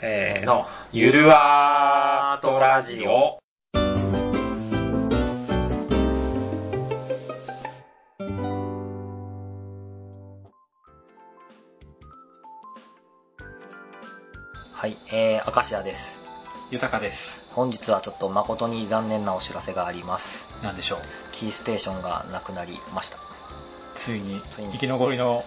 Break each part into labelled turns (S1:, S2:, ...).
S1: せーの、ゆるわーとラジオ。
S2: はい、えー、アカシアです。
S3: 豊かです。
S2: 本日はちょっと誠に残念なお知らせがあります。
S3: なんでしょう。
S2: キーステーションがなくなりました。
S3: ついに
S2: ついに
S3: 生き残りの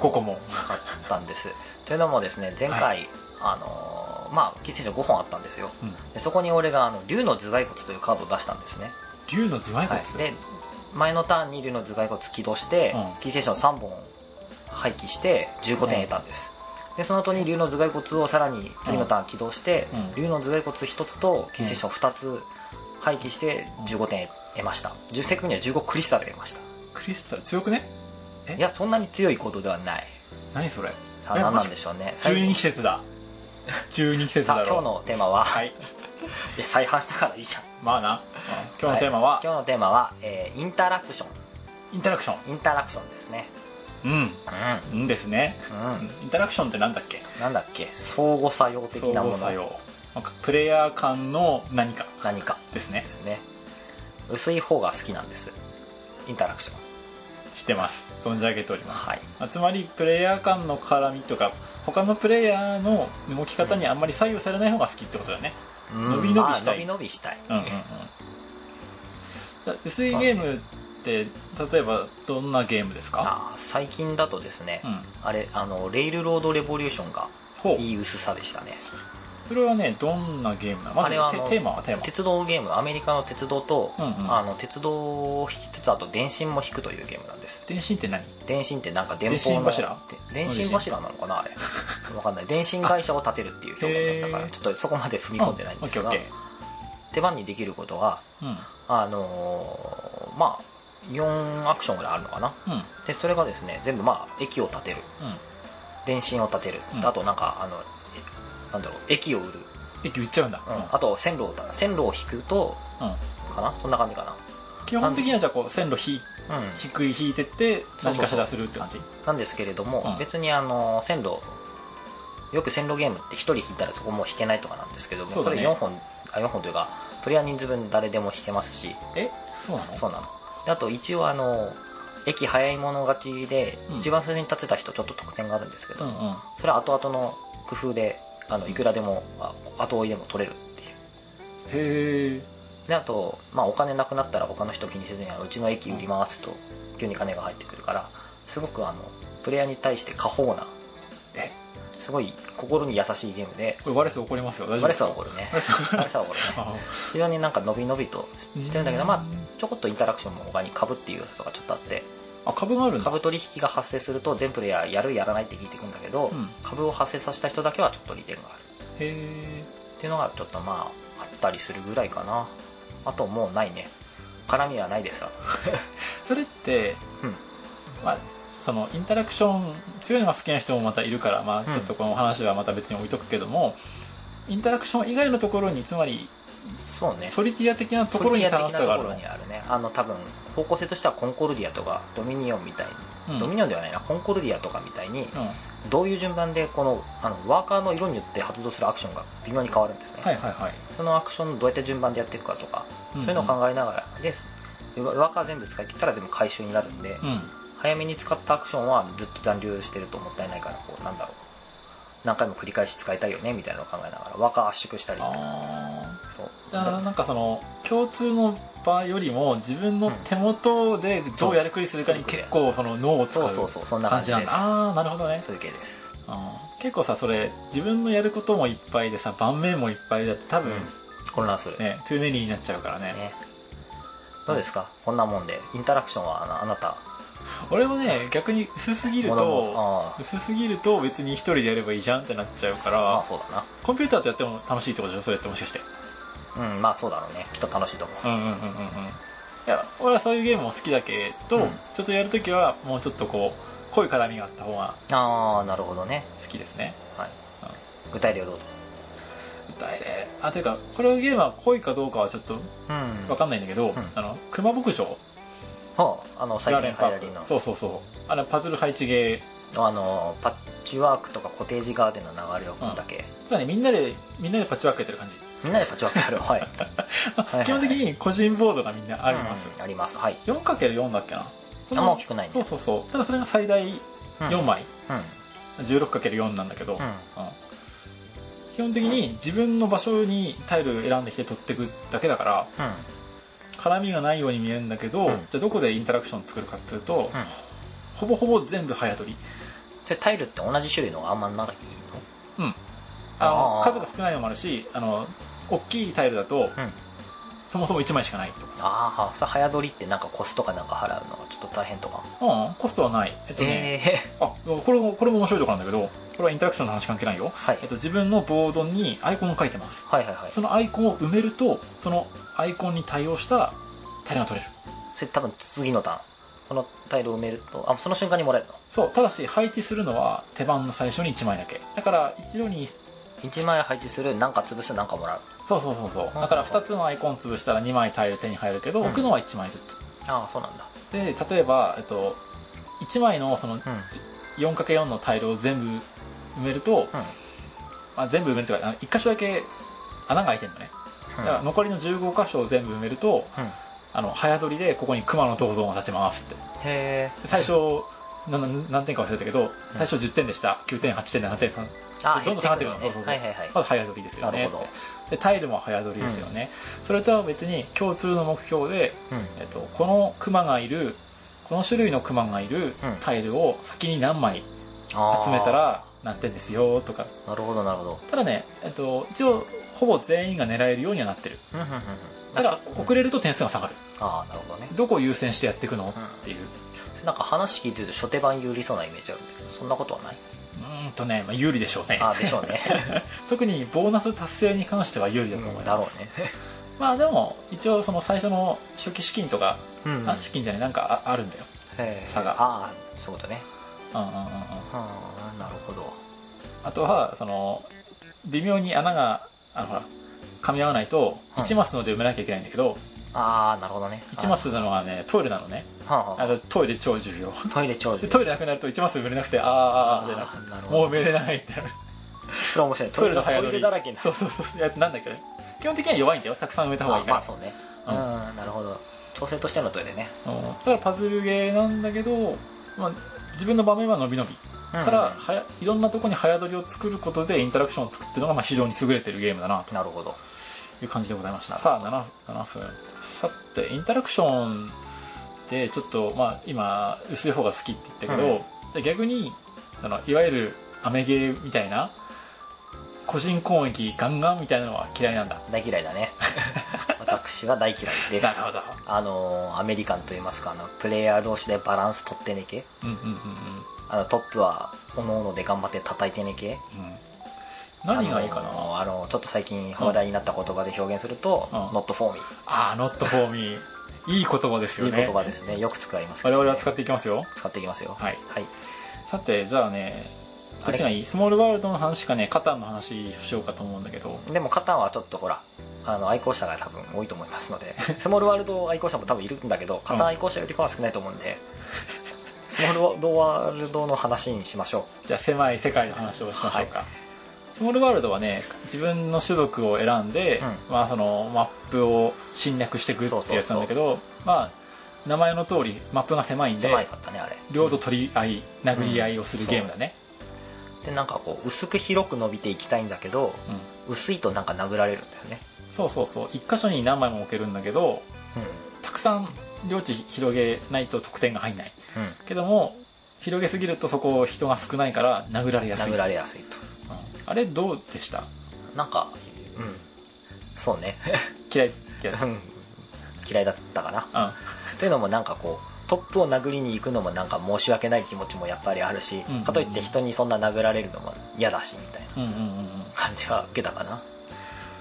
S3: ココモ。
S2: なかったんです。 というのもですね、前回、
S3: は
S2: あのーまあ、キーステーション5本あったんですよ。
S3: うん。
S2: でそこに俺があの竜の頭蓋骨というカードを出したんですね。
S3: 竜の頭蓋
S2: は
S3: 骨。
S2: い、で、前のターンに竜の頭蓋骨起動して、
S3: うん
S2: キーステーション3本廃棄して15点得たんです。でその後に竜の頭蓋骨をさらに次のターン起動して、
S3: うん
S2: 竜の頭蓋骨1つとキーステーション2つ廃棄して15点得ました10セクには15クリスタル得ました
S3: クリスタル強くねえ
S2: いやそんなに強い行動ではない
S3: 何それ
S2: さあ何なんでしょうね
S3: 中二季節 だ。中二季節だ
S2: さ
S3: ろ
S2: あ。今日のテーマは、、
S3: はいい。
S2: や再販したからいいじゃん
S3: まあな。今日のテーマは、
S2: い今日のテーマは、えーインタラクショ
S3: インタラクション。
S2: ンインタラクションですね
S3: うん。
S2: う
S3: うんですね。
S2: ん、うん、
S3: インタラクションってなんだっけ
S2: なんだっけ相互作用的なもの
S3: 作用。なんかプレイヤー間の何か
S2: 何か
S3: です
S2: で
S3: ね。
S2: すね薄い方が好きなんですインタラクション
S3: 知ってます。存じ上げております。
S2: はい
S3: まあつまりプレイヤー間の絡みとか他のプレイヤーの動き方にあんまり左右されない方が好きってことだね、
S2: 伸
S3: 伸び伸びしたい
S2: 伸び伸びしたい、
S3: うんうんうんだ薄いゲームって例えばどんなゲームですか
S2: あー最近だとですね、
S3: うん
S2: あれあのレイルロードレボリューションが
S3: ほう
S2: いい薄さでしたね
S3: それはねどんなゲームなのまず
S2: あれはあの
S3: テテーマはテーマ
S2: 鉄道ゲームアメリカの鉄道と、
S3: うんうん
S2: あの鉄道を引きつつあと電信も引くというゲームなんです
S3: 電信って何
S2: 電信ってなんか電
S3: 電
S2: 報
S3: 信
S2: の
S3: 柱
S2: で電信柱なのかなあ れわかんない電信会社を建てるっていう表現だったか
S3: へ
S2: ら
S3: ー
S2: ちょっとそこまで踏み込んでないんです
S3: う
S2: が
S3: オッケ
S2: 手番にできることは
S3: ーオッケ
S2: あのーまあ4アクションぐらいあるのかな
S3: ーうんうん
S2: でそれがですね全部まあ駅を建てる
S3: うん
S2: 電信を建てる、
S3: うん
S2: あとなんかあのえなんだろう駅を売る、
S3: 駅売っちゃうんだ、
S2: うんあと線路を建て線路を引くと
S3: うん
S2: かなそんな感じか
S3: うん基本的にはじゃあこう線路引い
S2: なうん
S3: 低い引いてって
S2: そうそうそう
S3: 何かしらするって感じ
S2: なんですけれども、
S3: うん
S2: 別にあの線路よく線路ゲームって1人引いたらそこもう引けないとかなんですけども、
S3: そう
S2: こ
S3: だ
S2: れ
S3: ね
S2: 4本あ4本というかプレイヤー人数分誰でも引けますし
S3: えそうなの
S2: そうなのであと一応あの駅早い者勝ちで、
S3: うん
S2: 一番最初に立てた人ちょっと得点があるんですけど、
S3: うんうん
S2: それは後々の工夫であのいくらでもあ後追いでも取れるっていう
S3: へえ
S2: であと、まあ、お金なくなったら他の人気にせずにあのうちの駅売りますと急に金が入ってくるからすごくあのプレイヤーに対して過保護な
S3: え
S2: すごい心に優しいゲームで
S3: これワレス怒りますよ大丈夫
S2: 悪さは怒るね
S3: 悪さは怒る
S2: 悪さは怒るね
S3: あ
S2: 非常になんか伸び伸びとししてるんだけど
S3: うん
S2: まあちょこっとインタラクションも他に株っていう要素がちょっとあって
S3: あ株があるんだ
S2: 株取引が発生すると全プレイヤーやるやらないって聞いていくんだけど、
S3: うん
S2: 株を発生させた人だけはちょっと利点がある
S3: へえ
S2: っていうのがちょっとまああったりするぐらいかなあともうないね絡みはないですわ
S3: それって、
S2: うん
S3: まあ、そのインタラクション強いのが好きな人もまたいるから、ま
S2: うん
S3: あ、ちょっとこの話はまた別に置いとくけども、インタラクション以外のところにつまり
S2: そうね
S3: ソリティア的なところに
S2: ソリティア
S3: 楽し
S2: 的な
S3: さがあ
S2: と
S3: る
S2: ころ
S3: の
S2: にあるねあの多分方向性としてはコンコルディアとかドミニオンみたいに、
S3: うん
S2: ドミニオンではないなコンコルディアとかみたいに、
S3: うん、はい
S2: どういう順番でこのあのワーカーの色によって発動するアクションが微妙に変わるんですね、
S3: はいはい
S2: そのアクションをどうやって順番でやっていくかとか、
S3: うんうん
S2: そういうのを考えながらでワーカー全部使い切ったら全部回収になるんで、
S3: うん
S2: 早めに使ったアクションはずっと残留してるともったいないからこうなんだろう何回も繰り返し使いたいよねみたいなのを考えながらワーカー圧縮したり
S3: あ
S2: そう
S3: ーじゃあなんかその共通の場よりも自分の手元でどうやりくりするかに結構その脳を使
S2: そ
S3: う
S2: うそうそうそんな感
S3: 感
S2: じ
S3: じな
S2: で
S3: ん
S2: す
S3: だああーなるほどね
S2: そういう系です
S3: うん結構さそれ自分のやることもいっぱいでさ盤面もいっぱいだって多分、
S2: 混乱するね
S3: ね、トゥーメリーになっちゃうからね
S2: どうですかこんなもんでインタラクションはあのあなた
S3: 俺もね逆に薄すぎる
S2: 物も
S3: と
S2: ああ
S3: 薄すぎると別に一人でやればいいじゃんってなっちゃうか
S2: まあ
S3: ら
S2: そうだ
S3: コンピューターとやっても楽しいってことでしょそれってもしかして
S2: なうんまあそうだろうねきっと楽しいと思う
S3: うんうんうんうんうんいや俺はそういうゲームも好きだけど、
S2: うん
S3: ちょっとやるときはもうちょっとこう濃い絡みがあった方が
S2: ああなるほどね、
S3: 好きですね、
S2: はい、
S3: うん
S2: 具体例をどうぞ
S3: 歌えれあというかこれのゲームは濃いかどうかはちょっと
S2: うん
S3: 分かんないんだけど、
S2: うん
S3: あの熊牧場
S2: ほうあの最
S3: ラ
S2: 近
S3: ーレ
S2: 流
S3: ン
S2: 行り
S3: パー
S2: の
S3: クそうそうそうあれパズル配置ゲー
S2: あのパッチワークとかコテージガーデンの流れを組むだけ、
S3: そうだねみんなでみんなでパッチワークやってる感じ
S2: みんなでパッチワークやるはいはい
S3: 基本的に個人ボードがみんなあります、
S2: うんありますはい
S3: 4×4 だっけなその
S2: あんま大きくないね
S3: そうそうそうただそれが最大4枚、
S2: うん
S3: 16×4 なんだけど、
S2: うん
S3: 基本的に自分の場所にタイル選んできて取っていくだけだから
S2: うん
S3: 絡みがないように見えるんだけど、
S2: うん
S3: じゃあどこでインタラクション作るかっていうと、
S2: うん
S3: ほぼほぼ全部早取り
S2: それタイルって同じ種類のがあんまない
S3: うんあの
S2: あー
S3: 数が少ないのもあるしあの大きいタイルだと、
S2: のうん
S3: そもそも1枚しかないとか
S2: ああそれ早取りってなんかコストかなんか払うのがちょっと大変とか
S3: うんコストはないえっとね、
S2: ええ
S3: あこれもこれも面白いところなんだけどこれはインタラクションの話関係ないよ、
S2: はい
S3: えっと、自分のボードにアイコンを書いてます
S2: はいはいはい
S3: そのアイコンを埋めるとそのアイコンに対応したタイルが取れる
S2: それ多分次のターンこのタイルを埋めるとあその瞬間にもらえるの
S3: そうただし配置するのは手番の最初に1枚だけだから一度に
S2: 1枚配置するなんか潰すなんかもらう
S3: そうそうそうそうだから2つのアイコン潰したら2枚タイル手に入るけど
S2: うん
S3: 置くのは1枚ずつ
S2: ああそうなんだ
S3: で例えば、えっと、1枚のその
S2: うん
S3: 4×4 のタイルを全部埋めると、
S2: うん
S3: あ全部埋めるというかあの1箇所だけ穴が開いてるのねだから残りの15箇所を全部埋めると
S2: うん
S3: あの早取りでここに熊の銅像が立ちますって
S2: へえ
S3: で最初なな何点か忘れたけど最初10点でした9点8点7点3
S2: あ
S3: どんどん下がってくる
S2: の
S3: の
S2: ね
S3: そうそうそう
S2: はいはいはい
S3: まず早取りですよ
S2: な
S3: ね
S2: るほど
S3: でタイルも早取りですよね、それとは別に共通の目標で、
S2: うん
S3: えっと、このクマがいるこの種類のクマがいる
S2: うん
S3: タイルを先に何枚
S2: あー
S3: 集めたら何点ですよとか
S2: なるほどなるほど
S3: ただね、えっと、一応ほぼ全員が狙えるようにはなってる
S2: うんうんうんうん
S3: ただ
S2: うん
S3: 遅れると点数が下がる
S2: ああなるほどね
S3: どこを優先してやっていくのっていう
S2: なんか話聞いてると初手番有利そうなイメージあるんですけどそんなことはないう
S3: ーんとね、まあ、有利でしょうね
S2: あーでしょうね
S3: 特にボーナス達成に関しては有利だと 思います、
S2: だろうね
S3: まあでも一応その最初の初期資金とか、
S2: うん
S3: あ資金じゃないなんかああるんだよ
S2: へー
S3: 差が
S2: ああそういうことね
S3: うんうんうんうん
S2: はあなるほど
S3: あとはその微妙に穴があのほら噛み合わないと
S2: うん
S3: 1マスので埋めなきゃいけないんだけど、
S2: ああなるほどね
S3: 1マスなのはねトイレなのね
S2: はあは
S3: あのトイレ超重 要
S2: あトイレ長
S3: で
S2: 寿
S3: トイレなくなると1マス埋めれなくてあーあーあー
S2: あー
S3: って
S2: なる
S3: なる
S2: ほど
S3: もう埋めれないってなる
S2: それは面白い
S3: トイレの早
S2: ト
S3: 乗
S2: イ
S3: り
S2: レだらけにな
S3: そうそうそういやなんだっけね基本的には弱いんだよたくさん埋めた方がいい
S2: あ
S3: か
S2: ま
S3: ら
S2: あそうねう
S3: うんん
S2: なるほど調整としてのトイレね
S3: うんだからパズルゲーなんだけど、まあ、自分の場面は伸び伸び
S2: うん
S3: ただはやいろんなとこに早取りを作ることでインタラクションを作っていうのがまあ非常に優れてるゲームだなと
S2: なるほど
S3: いう感じでございましたさあ 7, 7分さてインタラクションでちょっと、まあ、今薄い方が好きって言ったけど、じゃあ逆にあのいわゆるアメゲーみたいな個人攻撃ガンガンみたいなのは嫌いなんだ
S2: 大嫌いだ ね私は大嫌いです
S3: なるほど
S2: あのーアメリカンといいますかあのプレイヤー同士でバランス取ってね系
S3: うんうんうんうん
S2: あのトップは各々で頑張って叩いてね系
S3: うん何がいいかな、
S2: あのーあのーちょっと最近話題になった言葉で表現すると「
S3: うん
S2: not for me
S3: ああ、not for me。いい言葉です」よ
S2: いい
S3: ね。
S2: 言葉ですねよく使いますけ
S3: 我
S2: どね、
S3: 々は使っていきますよ。
S2: 使っていきますよ
S3: はい
S2: はい、
S3: さて、じゃあね、どっちがいいスモールワールドの話かね、カタンの話しようかと思うんだけど。
S2: でもカタンはちょっとほらあの愛好者が多分多いと思いますので スモールワールド愛好者も多分いるんだけどカタン愛好者よりかは少ないと思うん で、スモールワールドの話にしましょ
S3: じゃあ、狭い世界の話をしましょうか。
S2: は
S3: スモールワールドはね、自分の種族を選んで、
S2: う
S3: まあ、そのマップを侵略していくってやつなんだけど、まあ、名前の通り、マップが狭いん
S2: う
S3: で、
S2: 狭いかったねあれ
S3: 領土取り合い、殴り合いをするゲームだね。
S2: でなんかこう薄く広く伸びていきたいんだけど
S3: うん
S2: 薄いとなんか殴られるんだよね
S3: そうそうそう。一箇所に何枚も置けるんだけど、たくさん領地広げないと得点が入んない
S2: うん、
S3: けども広げすぎるとそこ人が少ないから殴られやすい
S2: 殴られやすいと
S3: うんあれどうでした
S2: なんかうんそうね
S3: 嫌いってやつ
S2: うん嫌いだったかな
S3: う
S2: というのもなんかこうトップを殴りに行くのもなんか申し訳ない気持ちもやっぱりあるし、
S3: うんうん
S2: かといって人にそんな殴られるのも嫌だしみたいなん
S3: うんうんうんうん
S2: 感じは受けたかな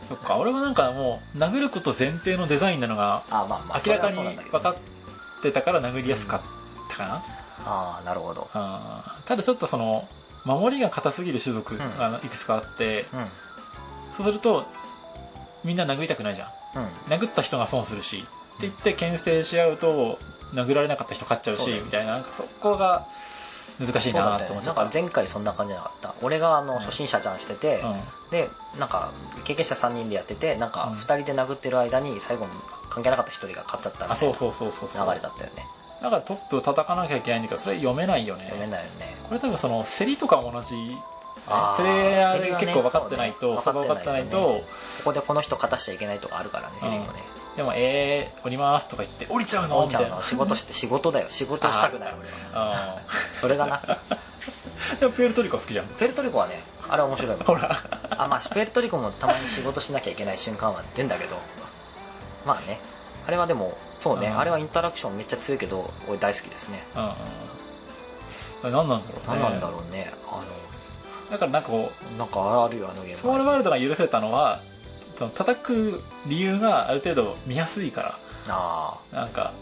S3: そっか俺はなんかもう殴ること前提のデザインなのが
S2: あまあまあ
S3: 明らかに
S2: それはそうなんだけ
S3: 分
S2: ど
S3: かってたから殴りやすかったかな、
S2: ああなるほど
S3: あーただちょっとその守りが硬すぎる種族
S2: うん
S3: がいくつかあって、
S2: うん
S3: そうするとみんな殴りたくないじゃん
S2: うん
S3: 殴った人が損するしって言って牽制し合うと殴られなかった人勝っちゃう
S2: そう
S3: し
S2: だよね
S3: みたいななんかそこが難しい
S2: そうだ
S3: な
S2: った
S3: と
S2: よね
S3: 思っちゃ
S2: なん
S3: った
S2: か前回そんな感じじゃなかった俺があの初心者じゃんしてて、
S3: うん
S2: でなんか経験者3人でやっててなんか2人で殴ってる間に最後に関係なかった1人が勝っちゃったみ
S3: あ
S2: たい
S3: そう
S2: な
S3: そうそうそうそう
S2: 流れだったよね
S3: だからトップを叩かなきゃいけないんだけどそれ読めないよね
S2: 読めないよね
S3: これ多分その競りとかも同じね
S2: あー
S3: プレイヤ
S2: 競
S3: ー
S2: り
S3: で
S2: はね
S3: 結構分かってない
S2: そう
S3: と
S2: ね
S3: そこ分かってない
S2: 分
S3: と
S2: ここでこの人勝たしちゃいけないとかあるからね、
S3: うん
S2: エリもね
S3: でも「えー降ります」とか言って「降りちゃうの?」
S2: お
S3: み
S2: ち
S3: た
S2: ゃ
S3: い
S2: ん
S3: な
S2: の仕 事して仕事だよ仕事したくない俺は
S3: あ
S2: それがな
S3: ーでもプエルトリコ好きじゃん
S2: プエルトリコはねあれ面白いもん
S3: ほら
S2: あまあプエルトリコもたまに仕事しなきゃいけない瞬間は出んだけどまあねあれはでもそうね、
S3: うん
S2: あれはインタラクションめっちゃ強いけど俺大好きですね
S3: うんうんあれ何なんだろうね
S2: 何なんだろうねあ
S3: だからなんかこう
S2: のなんかあるよあのゲーム
S3: スモールワールドが許せたのはその叩く理由がある程度見やすいか
S2: あ
S3: らなんか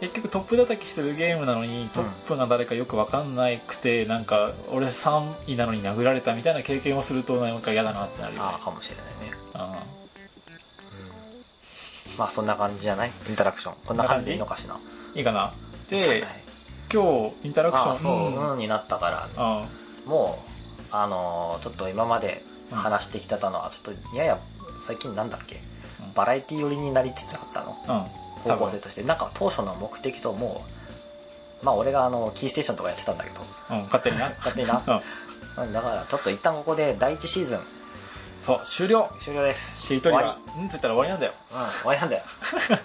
S3: 結局トップ叩きしてるゲームなのにトップが誰かよく分かんなくて、なんか俺3位なのに殴られたみたいな経験をするとなんか嫌だなってなる
S2: ー
S3: よね
S2: あーかもしれないね、
S3: あ
S2: うん、まあそんな感じじゃないインタラクションこんな感じでいいのかしら
S3: いいかな
S2: じゃない
S3: で今日インタラクション
S2: ああそう、
S3: うん
S2: うん、になったから
S3: あ
S2: もうあのーちょっと今まで話してきたのはちょっとやや最近なんだっけ
S3: うん
S2: バラエティ寄りになりつつあったの
S3: うん
S2: 方
S3: 多
S2: 向
S3: 分
S2: 性としてなんか当初の目的ともうまあ俺があのキーステーションとかやってたんだけど
S3: うん勝手にな
S2: 勝手にな
S3: うん
S2: うんだからちょっと一旦ここで第1シーズン
S3: そう終了
S2: 終了です
S3: しりとり
S2: 終
S3: は
S2: わ
S3: うんつったら終わりなんだよ
S2: りうん終わりなん だよ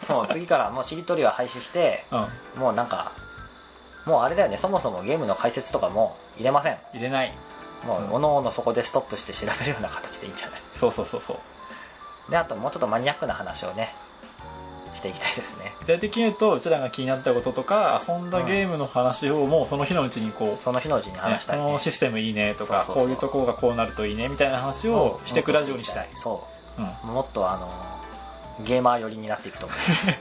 S2: もう次からもうしりとりは廃止して
S3: うん
S2: もうなんかもうあれだよねそもそもゲームの解説とかも入れません
S3: 入れない
S2: も
S3: うん
S2: うおのおのそこでストップして調べるような形でいいんじゃない
S3: そうそうそうそう
S2: であともうちょっとマニアックな話をねしていきたいですね
S3: 具体的に言うとうちらが気になったこととか遊んだゲームの話をもうその日のうちにこう、
S2: その日のうちに話したい、
S3: ね
S2: ね
S3: このシステムいいね
S2: そ
S3: とか
S2: うそうそう
S3: こういうところがこうなるといいねみたいな話をしていくラジオにしたい、
S2: そ
S3: うん、
S2: うもっとあのゲーマー寄りになっていくと思い ます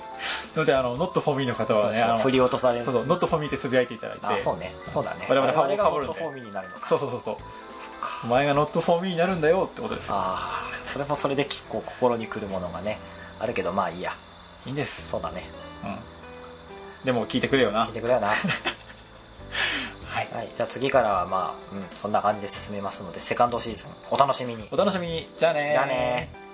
S3: のであの「ノットフォーミーの方はねあの
S2: 振り落とされる
S3: そうそう「ノットフォーミーってつぶやいていただいて
S2: あそうねそうだね
S3: 我々ファンを
S2: が
S3: かぶ
S2: ホ
S3: る
S2: ッ
S3: ん
S2: ト
S3: で
S2: フォーミーになるのか
S3: そうそうそうそうお前が「ノットフォーミーになるんだよってことですよ
S2: ああそれもそれで結構心にくるものがねあるけどまあいいや
S3: いいんです、
S2: そうだね
S3: うん、でも聞いてくれよな
S2: 聞いてくれよ な
S3: はい
S2: はい、じゃあ次からはまあ、うん、そんな感じで進めますのでセカンドシーズンお楽しみに
S3: お楽しみにじゃあねー
S2: じゃあねー